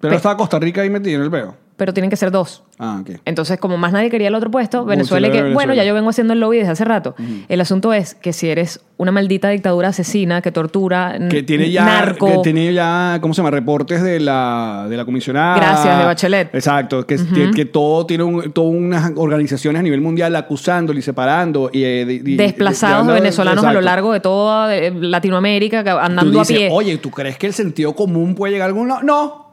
Pero Pe- estaba Costa Rica ahí metida en el peo. pero tienen que ser dos. Ah, ok. Entonces, como más nadie quería el otro puesto, Bush Venezuela y era que, de bueno, Venezuela. ya yo vengo haciendo el lobby desde hace rato. El asunto es que si eres una maldita dictadura asesina que tortura, n- que tiene ya Mm, narco, que tiene ya cómo se llama reportes de la de la comisionada Gracias, de Bachelet. exacto que, que, que todo tiene un, todas unas organizaciones a nivel mundial acusándolo y separando y, eh, de- y- desplazados llevando- de venezolanos a lo exacto. largo de toda eh, Latinoamérica, que- Tú andando dices, a pie, oye tú crees que el sentido común puede llegar a algún lado no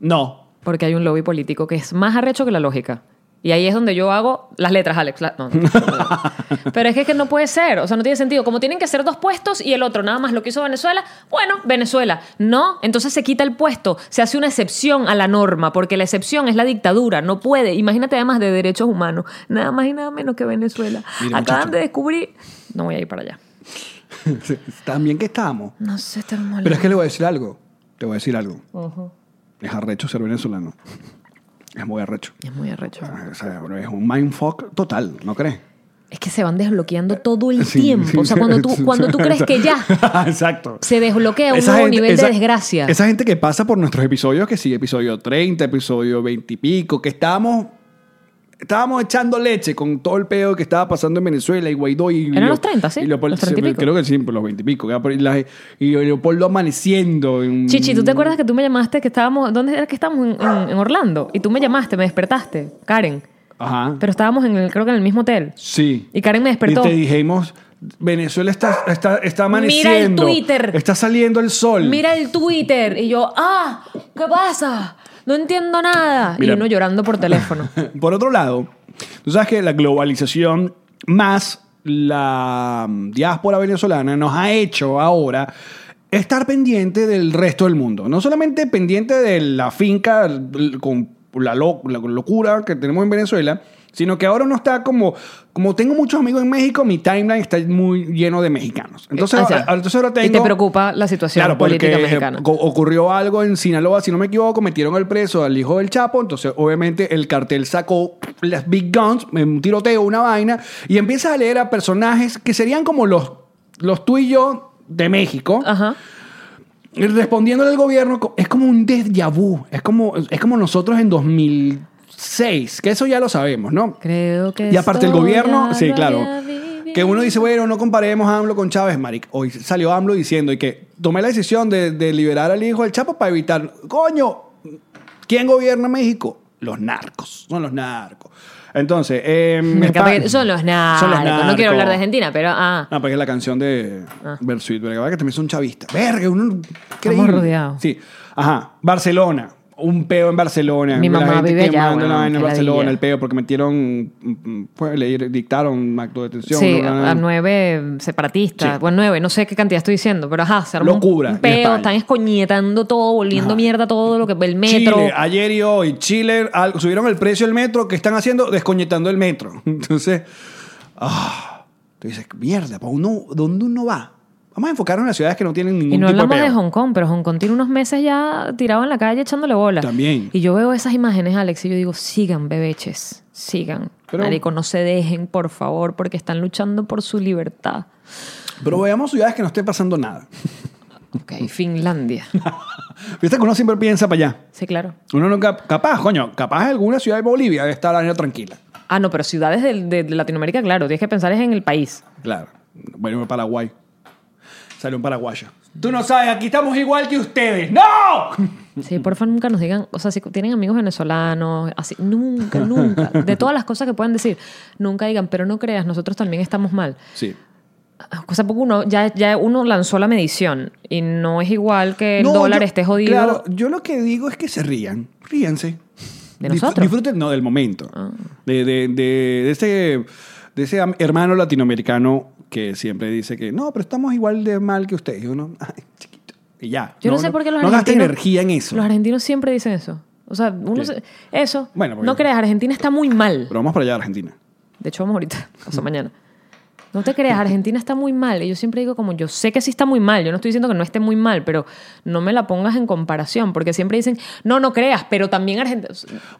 no porque hay un lobby político que es más arrecho que la lógica. Y ahí es donde yo hago las letras, Alex. la- no, no. Pero es que, es que no puede ser, o sea, no tiene sentido. Como tienen que ser dos puestos y el otro nada más lo que hizo Venezuela, bueno, Venezuela. No, entonces se quita el puesto, se hace una excepción a la norma, porque la excepción es la dictadura, no puede. Imagínate además de derechos humanos, nada más y nada menos que Venezuela. Mira, Acaban muchacho. de descubrir... No voy a ir para allá. también que estamos No sé, está mal. pero es que le voy a decir algo te voy a decir algo es arrecho ser venezolano es muy arrecho Es muy arrecho. O sea, es un mindfuck total ¿no crees? Es que se van desbloqueando todo el Sí, tiempo. sí, o sea, cuando tú, sí, cuando sí, tú crees que ya Exacto. se desbloquea un Esa nuevo gente- nivel esa- de desgracia. Esa gente que pasa por nuestros episodios, que sí, episodio 30, episodio 20 y pico, que estábamos. Estábamos echando leche con todo el pedo que estaba pasando en Venezuela y Guaidó y... Eran y- los 30, ¿sí? y Leopoldo- Los 30 y pico. Creo que sí, por los 20 y pico. que era por- Y, la- y Leopoldo amaneciendo. en- Chichi, ¿tú te acuerdas que tú me llamaste que estábamos, ¿dónde era que estábamos? En, en- en Orlando. Y tú me llamaste, me despertaste, Karen. Ajá. Pero estábamos en el, creo que en el mismo hotel. Sí. Y Karen me despertó. Y te dijimos, Venezuela está, está, está Mira el amaneciendo. Twitter. Está saliendo el sol. Mira el Twitter. Y yo, ¡ah! ¿Qué pasa? No entiendo nada. Mira. Y uno llorando por teléfono. Por otro lado, tú sabes que la globalización más la mm, diáspora venezolana nos ha hecho ahora estar pendiente del resto del mundo. No solamente pendiente de la finca l- con la, lo- la locura que tenemos en Venezuela, sino que ahora uno está como, como tengo muchos amigos en México, mi timeline está muy lleno de mexicanos. Entonces, O sea, a- a- entonces ahora tengo... Ah, y te preocupa la situación Claro, porque política eh, mexicana. co- ocurrió algo en Sinaloa, si no me equivoco, metieron al preso al hijo del Chapo, entonces obviamente el cartel sacó las Big Guns, un tiroteo, una vaina, y empiezas a leer a personajes que serían como los, los tú y yo de México, Ajá. respondiéndole al gobierno, co- es como un déjà vu, es como, es como nosotros en 2006, que eso ya lo sabemos, ¿no? Creo que. Y aparte el esto gobierno, ya sí, lo claro. había vivido. Que uno dice, bueno, no comparemos a AMLO con Chávez, Maric. Hoy salió AMLO diciendo y que tomé la decisión de, de liberar al hijo del Chapo para evitar, coño, ¿quién gobierna México? Los narcos, son los narcos. Entonces, eh, Me encanta Espa- que- son los narcos. No quiero hablar de Argentina, pero ah. Ah, porque es la canción de Versuit, verga, que también son chavistas. Verga, uno Estamos increíble. rodeados. Sí. Ajá. Barcelona. Un peo en Barcelona. Mi La mamá gente vive allá, quemando weón, la vaina en qué Barcelona, ladilla. el peo, porque metieron, mm, pues, le dictaron un acto de detención. Sí, ¿no? a, a nueve separatistas. Sí. Bueno, nueve, no sé qué cantidad estoy diciendo, pero ajá, se armó un- Locura, un en peo, España. están escoñetando todo, volviendo mierda todo lo que el metro. Chile, ayer y hoy, Chile, al- subieron el precio del metro, ¿qué están haciendo? Descoñetando el metro. Entonces, ah, tú dices, mierda, ¿pa' uno, ¿dónde uno va? Vamos a enfocarnos en las ciudades que no tienen ningún Y no tipo hablamos de de peo. Hong Kong, pero Hong Kong tiene unos meses ya tirado en la calle echándole bola. También. Y yo veo esas imágenes, Alex, y yo digo, sigan, bebeches, sigan. Pero- Marico, no se dejen, por favor, porque están luchando por su libertad. Pero veamos ciudades que no esté pasando nada. Ok, Finlandia. Viste este que uno siempre piensa para allá. Sí, claro. Uno no cap- capaz, coño, capaz alguna ciudad de Bolivia debe estar año tranquila. Ah, no, pero ciudades del- de, de Latinoamérica, claro, tienes que pensar es en el país. Claro. Bueno, en Paraguay. Salió un paraguayo. Tú no sabes, aquí estamos igual que ustedes. ¡No! Sí, porfa, nunca nos digan, o sea, si tienen amigos venezolanos, así, nunca, nunca, de todas las cosas que pueden decir, nunca digan, pero no creas, nosotros también estamos mal. Sí. O sea, porque uno, ya, ya uno lanzó la medición y no es igual que el No, dólar yo- esté jodido. Claro, yo lo que digo es que se rían. Ríanse. ¿De Disfr- nosotros? Ah. Disfruten, no, del momento. De, de, de, de ese, de ese am- hermano latinoamericano que siempre dice que no, pero estamos igual de mal que ustedes. Y uno, ay, chiquito. Y ya. Yo no, sé por qué los no gasten argentinos... energía en eso. Los argentinos siempre dicen eso. O sea, uno ¿Qué? se- Eso. Bueno, porque- No creas, Argentina está muy mal. Pero vamos para allá, Argentina. De hecho, vamos ahorita, Mm. pasó mañana. No te creas, Argentina está muy mal. Y yo siempre digo como, yo sé que sí está muy mal. Yo no estoy diciendo que no esté muy mal, pero no me la pongas en comparación. Porque siempre dicen, no, no creas, pero también Argentina...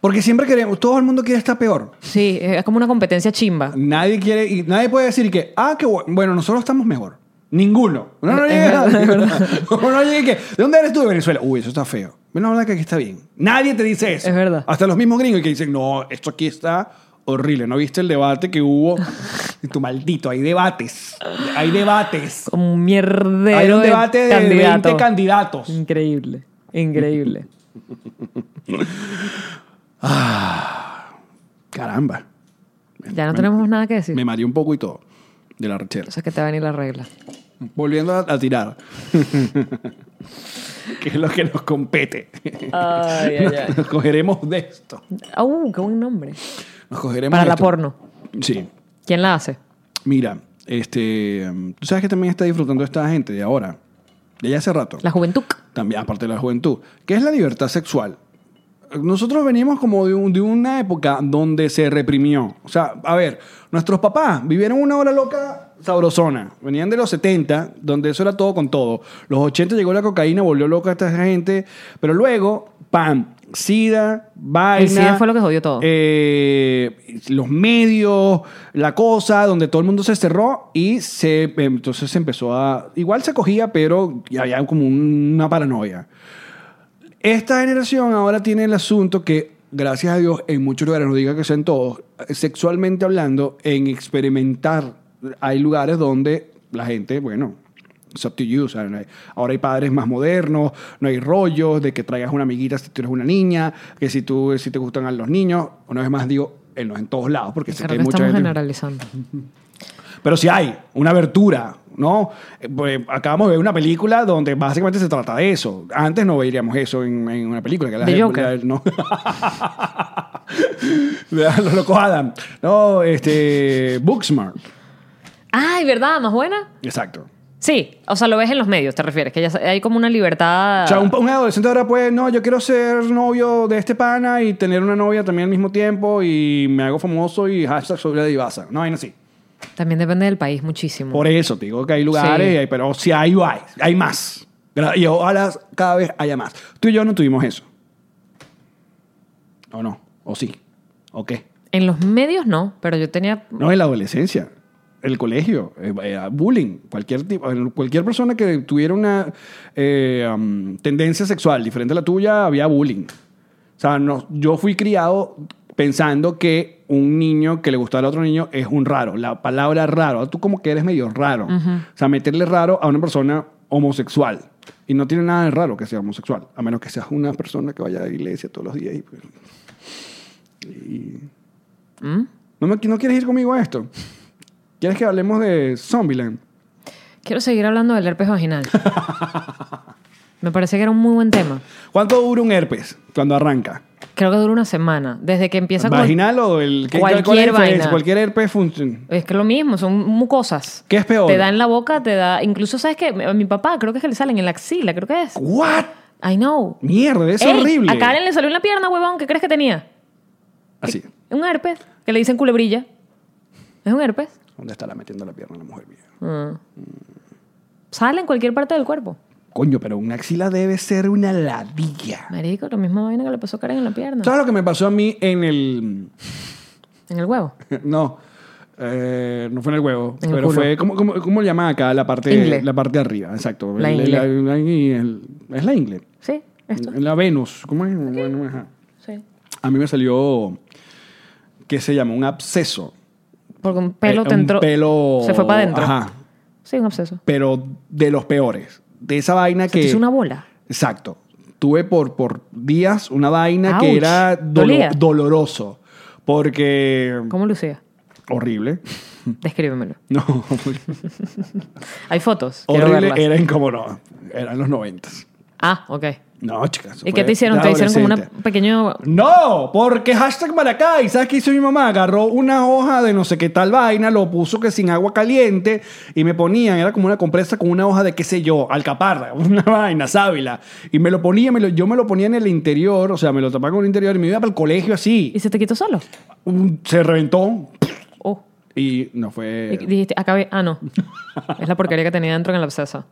Porque siempre queremos, todo el mundo quiere estar peor. Sí, es como una competencia chimba. Nadie quiere, y nadie puede decir que, ah, qué bu- bueno, nosotros estamos mejor. Ninguno. Uno no Es llega, verdad, es verdad. uno no llega y que, ¿de dónde eres tú de Venezuela? Uy, eso está feo. Bueno, la verdad que aquí está bien. Nadie te dice eso. Es verdad. Hasta los mismos gringos que dicen, no, esto aquí está horrible. ¿No viste el debate que hubo? Y tú maldito, hay debates. Hay debates. Como un mierdero Hay un debate de 20 candidatos. Increíble, increíble. Caramba. Ya no tenemos nada que decir. Me mareé un poco y todo. De la rechera. O sea que te va a venir la regla. Volviendo a, a tirar. que es lo que nos compete. Ay, ay, ay. Nos cogeremos de esto. Ah, Uh, qué buen nombre. Nos cogeremos Para de la esto. porno. Sí. ¿Quién la hace? Mira, este, mm, tú sabes que también está disfrutando esta gente de ahora, de ya hace rato. La juventud. También, aparte de la juventud, que es la libertad sexual. Nosotros venimos como de, un- de una época donde se reprimió. O sea, a ver, nuestros papás vivieron una hora loca sabrosona. Venían de los 70, donde eso era todo con todo. Los 80 llegó la cocaína, volvió loca a esta gente. Pero luego, pam, sida, vaina. SIDA fue lo que jodió todo. eh, los medios, la cosa, donde todo el mundo se cerró y se, em, entonces se empezó a... Igual se cogía, pero había como una paranoia. Esta generación ahora tiene el asunto que, gracias a Dios, en muchos lugares, no diga que sean todos, sexualmente hablando, en experimentar, hay lugares donde la gente, bueno, it's up to you, o sea, no hay- ahora hay padres más modernos, no hay rollos de que traigas una amiguita si tú eres una niña, que si tú si te gustan a los niños, una vez más digo, en, los- en todos lados, porque sé que Claro hay que mucha estamos gente- generalizando. pero si hay una abertura, ¿no? Eh, pues, acabamos de ver una película donde básicamente se trata de eso. Antes no veríamos eso en, en una película. Que la- De la- Joker. no. Los locos Adam. No, este. Booksmart. Ay, ¿verdad? ¿Más buena? Exacto. Sí, o sea, lo ves en los medios, te refieres, que ya hay como una libertad. O sea, un, un adolescente ahora puede, no, yo quiero ser novio de este pana y tener una novia también al mismo tiempo y me hago famoso y hashtag sobre la divasa. No, no, sí. También depende del país muchísimo. Por e- eso te digo que hay lugares, Sí. y hay- pero si hay, hay, hay más. Gra- Y ojalá cada vez haya más. Tú y yo no tuvimos eso. ¿O no? ¿O sí? ¿O qué? En los medios no, pero yo tenía... No, en la adolescencia, el colegio, eh, eh, bullying, cualquier, tipo, eh, cualquier persona que tuviera una eh, um, tendencia sexual diferente a la tuya, había bullying. O sea, no- yo fui criado pensando que un niño que le gustaba a otro niño es un raro. La palabra raro, tú como que eres medio raro. O sea, meterle raro a una persona homosexual. Y no tiene nada de raro que sea homosexual, a menos que seas una persona que vaya a la iglesia todos los días y... pues, y- ¿No, me- ¿No quieres ir conmigo a esto? ¿Quieres que hablemos de Zombieland? Quiero seguir hablando del herpes vaginal. Me parece que era un muy buen tema. ¿Cuánto dura un herpes cuando arranca? Creo que dura una semana, desde que empieza con... ¿Vaginal o el qué- cuál es la Cualquier diferencia? vaina. Cualquier herpes funciona. Es que es lo mismo, son mucosas. ¿Qué es peor? Te da en la boca, te da... Incluso, ¿sabes qué? A mi papá creo que es que le salen en la axila, creo que es. ¿What? I know. Mierda, es Ey, horrible. A Karen le salió en la pierna, huevón. ¿Qué crees que tenía? Así. Un herpes, que le dicen culebrilla. ¿Es un herpes? ¿Dónde estará metiendo la pierna la mujer mía? Ah. Mm. Sale en cualquier parte del cuerpo. Coño, pero una axila debe ser una ladilla. Marico, lo mismo vaina que le pasó a Karen en la pierna. ¿Sabes lo que me pasó a mí en el. En el huevo. No. eh, no fue en el huevo, En el pero culo. fue. ¿cómo, cómo, cómo le llaman acá? La parte, Ingle. la parte de arriba, exacto. La El- ingle. la- el- es la ingle. Sí, esto. La Venus. ¿Cómo es? Bueno, ajá. Sí. A mí me salió. ¿Qué se llama? Un absceso. Porque un pelo Eh, te un entró. pelo- Se fue para adentro. Ajá. Sí, un absceso. Pero de los peores. De esa vaina Se te que. hizo una bola. Exacto. Tuve por, por días una vaina que Ouch. era dolo- Dolía. doloroso. Porque. ¿Cómo lucía? Horrible. Descríbemelo. No. Hay fotos. Quiero horrible verlas. era incómodo. Eran los noventas. Ah, ok. No, chicas. eso ¿Y qué fue te hicieron? de Te hicieron como un adolescente. pequeño. No, porque hashtag Maracay. ¿Sabes qué hizo mi mamá? Agarró una hoja de no sé qué tal vaina, lo puso que sin agua caliente y me ponían, era como una compresa con una hoja de qué sé yo, alcaparra, una vaina, sábila. Y me lo ponía, me lo- yo me lo ponía en el interior, o sea, me lo tapaba con el interior y me iba para el colegio así. ¿Y se te quitó solo? Un- se reventó Oh. y no fue. Y dijiste, acabé. Ah, no. Es la porquería que tenía dentro en el absceso.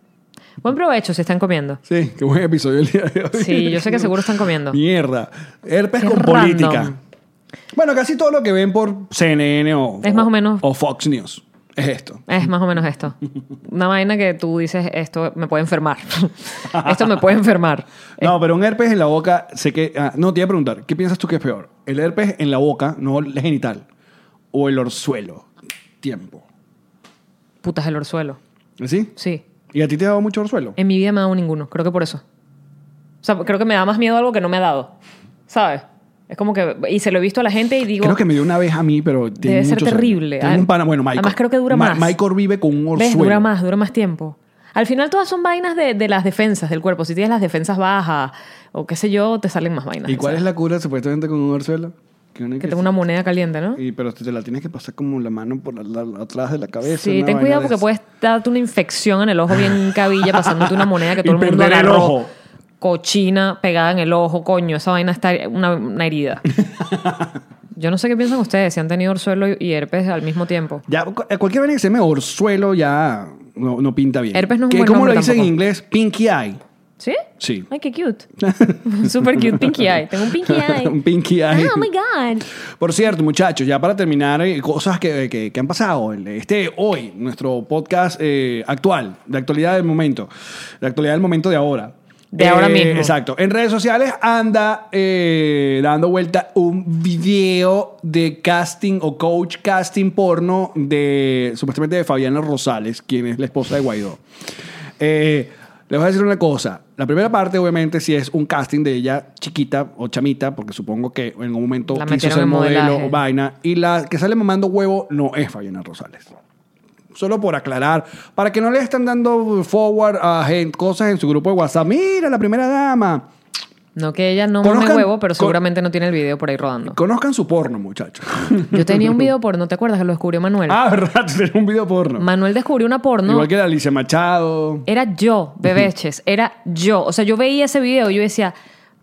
Buen provecho si están comiendo. Sí, qué buen episodio el día de hoy. Sí, yo sé que seguro están comiendo. Mierda. Herpes Qué con random. política. Bueno, casi todo lo que ven por CNN o, Es más o menos- o Fox News es esto. Es más o menos esto. Una vaina que tú dices, esto me puede enfermar. esto me puede enfermar. No, pero un herpes en la boca, sé que. ah, no, te iba a preguntar, ¿qué piensas tú que es peor? ¿El herpes en la boca, no el genital? ¿O el orzuelo? Tiempo. Putas el orzuelo. ¿Sí? Sí. ¿Y a ti te ha dado mucho orzuelo? En mi vida me ha dado ninguno. Creo que por eso. O sea, creo que me da más miedo algo que no me ha dado. ¿Sabes? Es como que. Y se lo he visto a la gente y digo. Creo que me dio una vez a mí, pero tiene Debe ser muchos años. terrible. Tengo Ad- un pana, bueno, Michael. Además, creo que dura más. Michael vive con un orzuelo. ¿Ves? Dura más, dura más tiempo. Al final todas son vainas de, de las defensas del cuerpo. Si tienes las defensas bajas o qué sé yo, te salen más vainas. ¿Y cuál ¿sabes? es la cura supuestamente con un orzuelo? Que, uno Que tengo una moneda caliente, ¿no? Y, pero te la tienes que pasar como la mano por la- la- atrás de la cabeza. Sí, una ten vaina cuidado de porque esas. puedes darte una infección en el ojo bien cabilla pasándote una moneda que Y todo el mundo perder el agarró. ojo. Cochina pegada en el ojo, coño, esa vaina está una, una herida. Yo no sé qué piensan ustedes, si han tenido orzuelo y- y herpes al mismo tiempo. Ya, cu- eh, cualquier vaina que se llame orzuelo ya no, no pinta bien. Herpes no es un que buen como lo nombre dice en tampoco. inglés, pinky eye. ¿Sí? Sí. Ay, qué cute. Super cute pinky eye. Tengo un pinky eye. Un pinky eye. Oh my God. Por cierto, muchachos, ya para terminar, eh, cosas que, que- que han pasado. El- Este hoy, nuestro podcast eh, actual, de actualidad del momento, de actualidad del momento de ahora. Eh, De ahora mismo. Exacto. En redes sociales anda eh, dando vuelta un video de casting o coach casting porno de supuestamente de Fabiana Rosales, quien es la esposa de Guaidó. Eh, les voy a decir una cosa. La primera parte, obviamente, sí es un casting de ella chiquita o chamita, porque supongo que en algún momento La quiso metieron ser en modelo modelaje. o vaina. Y la que sale mamando huevo no es Fabiana Rosales. Solo por aclarar, para que no le estén dando forward a gen- cosas en su grupo de WhatsApp. Mira, la primera dama. No que ella no Conozcan- me huevo, pero con- seguramente no tiene el video por ahí rodando. Conozcan su porno, muchachos. Yo tenía un video porno, ¿te acuerdas? Que lo descubrió Manuel. ah, verdad, tenía un video porno. Manuel descubrió una porno. Igual que la Alicia Machado. Era yo, bebeches, era yo. O sea, yo veía ese video y yo decía,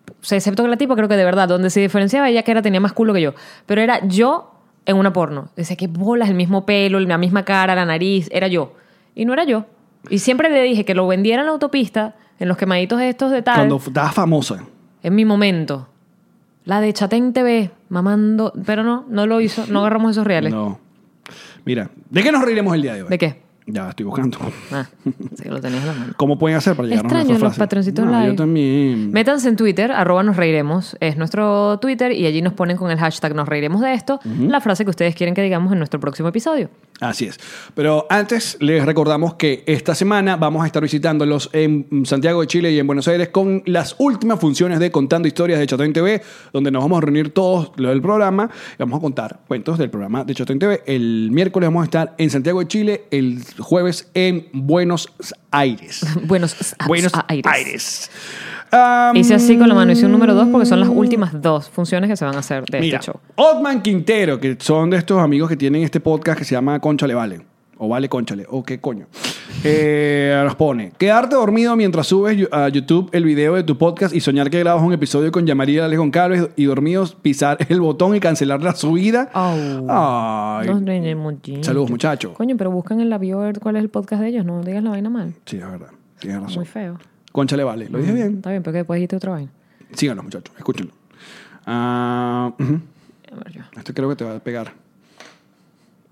o sea, excepto que la tipa creo que de verdad, donde se diferenciaba ella que era tenía más culo que yo, pero era yo en una porno. Decía, qué bolas, el mismo pelo, la misma cara, la nariz, era yo. Y no era yo. Y siempre le dije que lo vendiera en la autopista, en los quemaditos estos de tal, Cuando fu- estaba famosa. en mi momento. La de Chatén TV, mamando, pero no, no lo hizo, no agarramos esos reales. No. Mira, ¿de qué nos reiremos el día de hoy? ¿De qué? Ya, estoy buscando. Ah, sí, lo tenías en la mano. ¿Cómo pueden hacer para llegar a Extraño nuestra los frase? patroncitos No, live. Yo también. Métanse en Twitter, arroba nos reiremos, es nuestro Twitter, y allí nos ponen con el hashtag nos reiremos de esto, la frase que ustedes quieren que digamos en nuestro próximo episodio. Así es. Pero antes les recordamos que esta semana vamos a estar visitándolos en Santiago de Chile y en Buenos Aires con las últimas funciones de Contando Historias de Chatén TV, donde nos vamos a reunir todos los del programa y vamos a contar cuentos del programa de Chatén TV. El miércoles vamos a estar en Santiago de Chile, el jueves en Buenos Aires. Buenos, a- Buenos a- Aires. aires. Ah, Hice así con la mano, hice un número dos porque son las últimas dos funciones que se van a hacer de Mm. Mira, este show. Otman Quintero, que son de estos amigos que tienen este podcast que se llama Concha Le Vale. O vale, conchale. O qué coño. Eh, nos pone. Quedarte dormido mientras subes yu- a YouTube el video de tu podcast y soñar que grabas un episodio con Yamaría Alex Goncalves y dormidos pisar el botón y cancelar la subida. Ay. Los Oh. de Nemoji. Saludos, muchachos. Coño, pero buscan en la bio a ver cuál es el podcast de ellos. No digas la vaina mal. Sí, es verdad. Tienes razón. Muy feo. Mm. Conchale, vale. Lo dije bien. Está bien, pero que después dijiste otra vaina. Síganos, muchachos. Escúchenlo. Ah, ujú. A ver, yo. Esto creo que te va a pegar.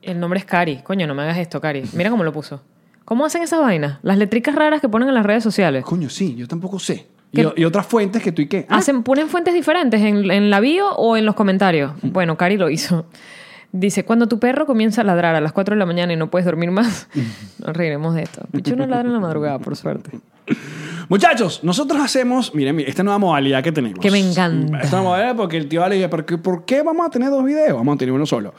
El nombre es Cari. Coño, no me hagas esto, Cari. Mira cómo lo puso. ¿Cómo hacen esas vainas? Las letricas raras que ponen en las redes sociales. Eh, Coño, sí, yo tampoco sé. Y, ¿Qué? o- y otras fuentes que tú y qué. Ah, Hacen, ponen fuentes diferentes en, en la bio o en los comentarios. Bueno, Cari lo hizo. Dice, cuando tu perro comienza a ladrar a las 4 de la mañana y no puedes dormir más, nos reiremos de esto. Pichu no ladra en la madrugada, por suerte. Muchachos, nosotros hacemos, miren, esta nueva modalidad que tenemos. Que me encanta. Esta nueva modalidad porque el tío Ale dice, ¿por qué, por qué vamos a tener dos videos? Vamos a tener uno solo.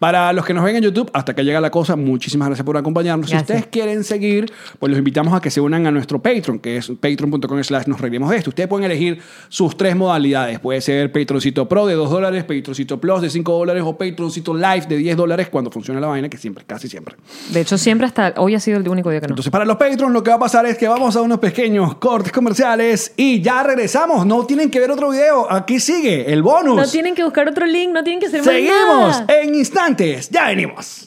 Para los que nos ven en YouTube, hasta que llega la cosa, muchísimas gracias por acompañarnos. Si Gracias. ustedes quieren seguir, pues los invitamos a que se unan a nuestro Patreon, que es patreon.com slash nos reiremos de esto. Ustedes pueden elegir sus tres modalidades. Puede ser Patroncito Pro de 2 dólares, Patroncito Plus de 5 dólares o Patroncito Live de 10 dólares cuando funciona la vaina, que siempre, casi siempre. De hecho, siempre hasta hoy ha sido el único día que no. Entonces, para los Patreons, lo que va a pasar es que vamos a unos pequeños cortes comerciales y ya regresamos. No tienen que ver otro video. Aquí sigue el bonus. No tienen que buscar otro link, no tienen que hacer más Seguimos nada. en instantes. Ya venimos.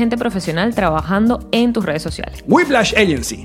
gente profesional trabajando en tus redes sociales. Whiplash Agency.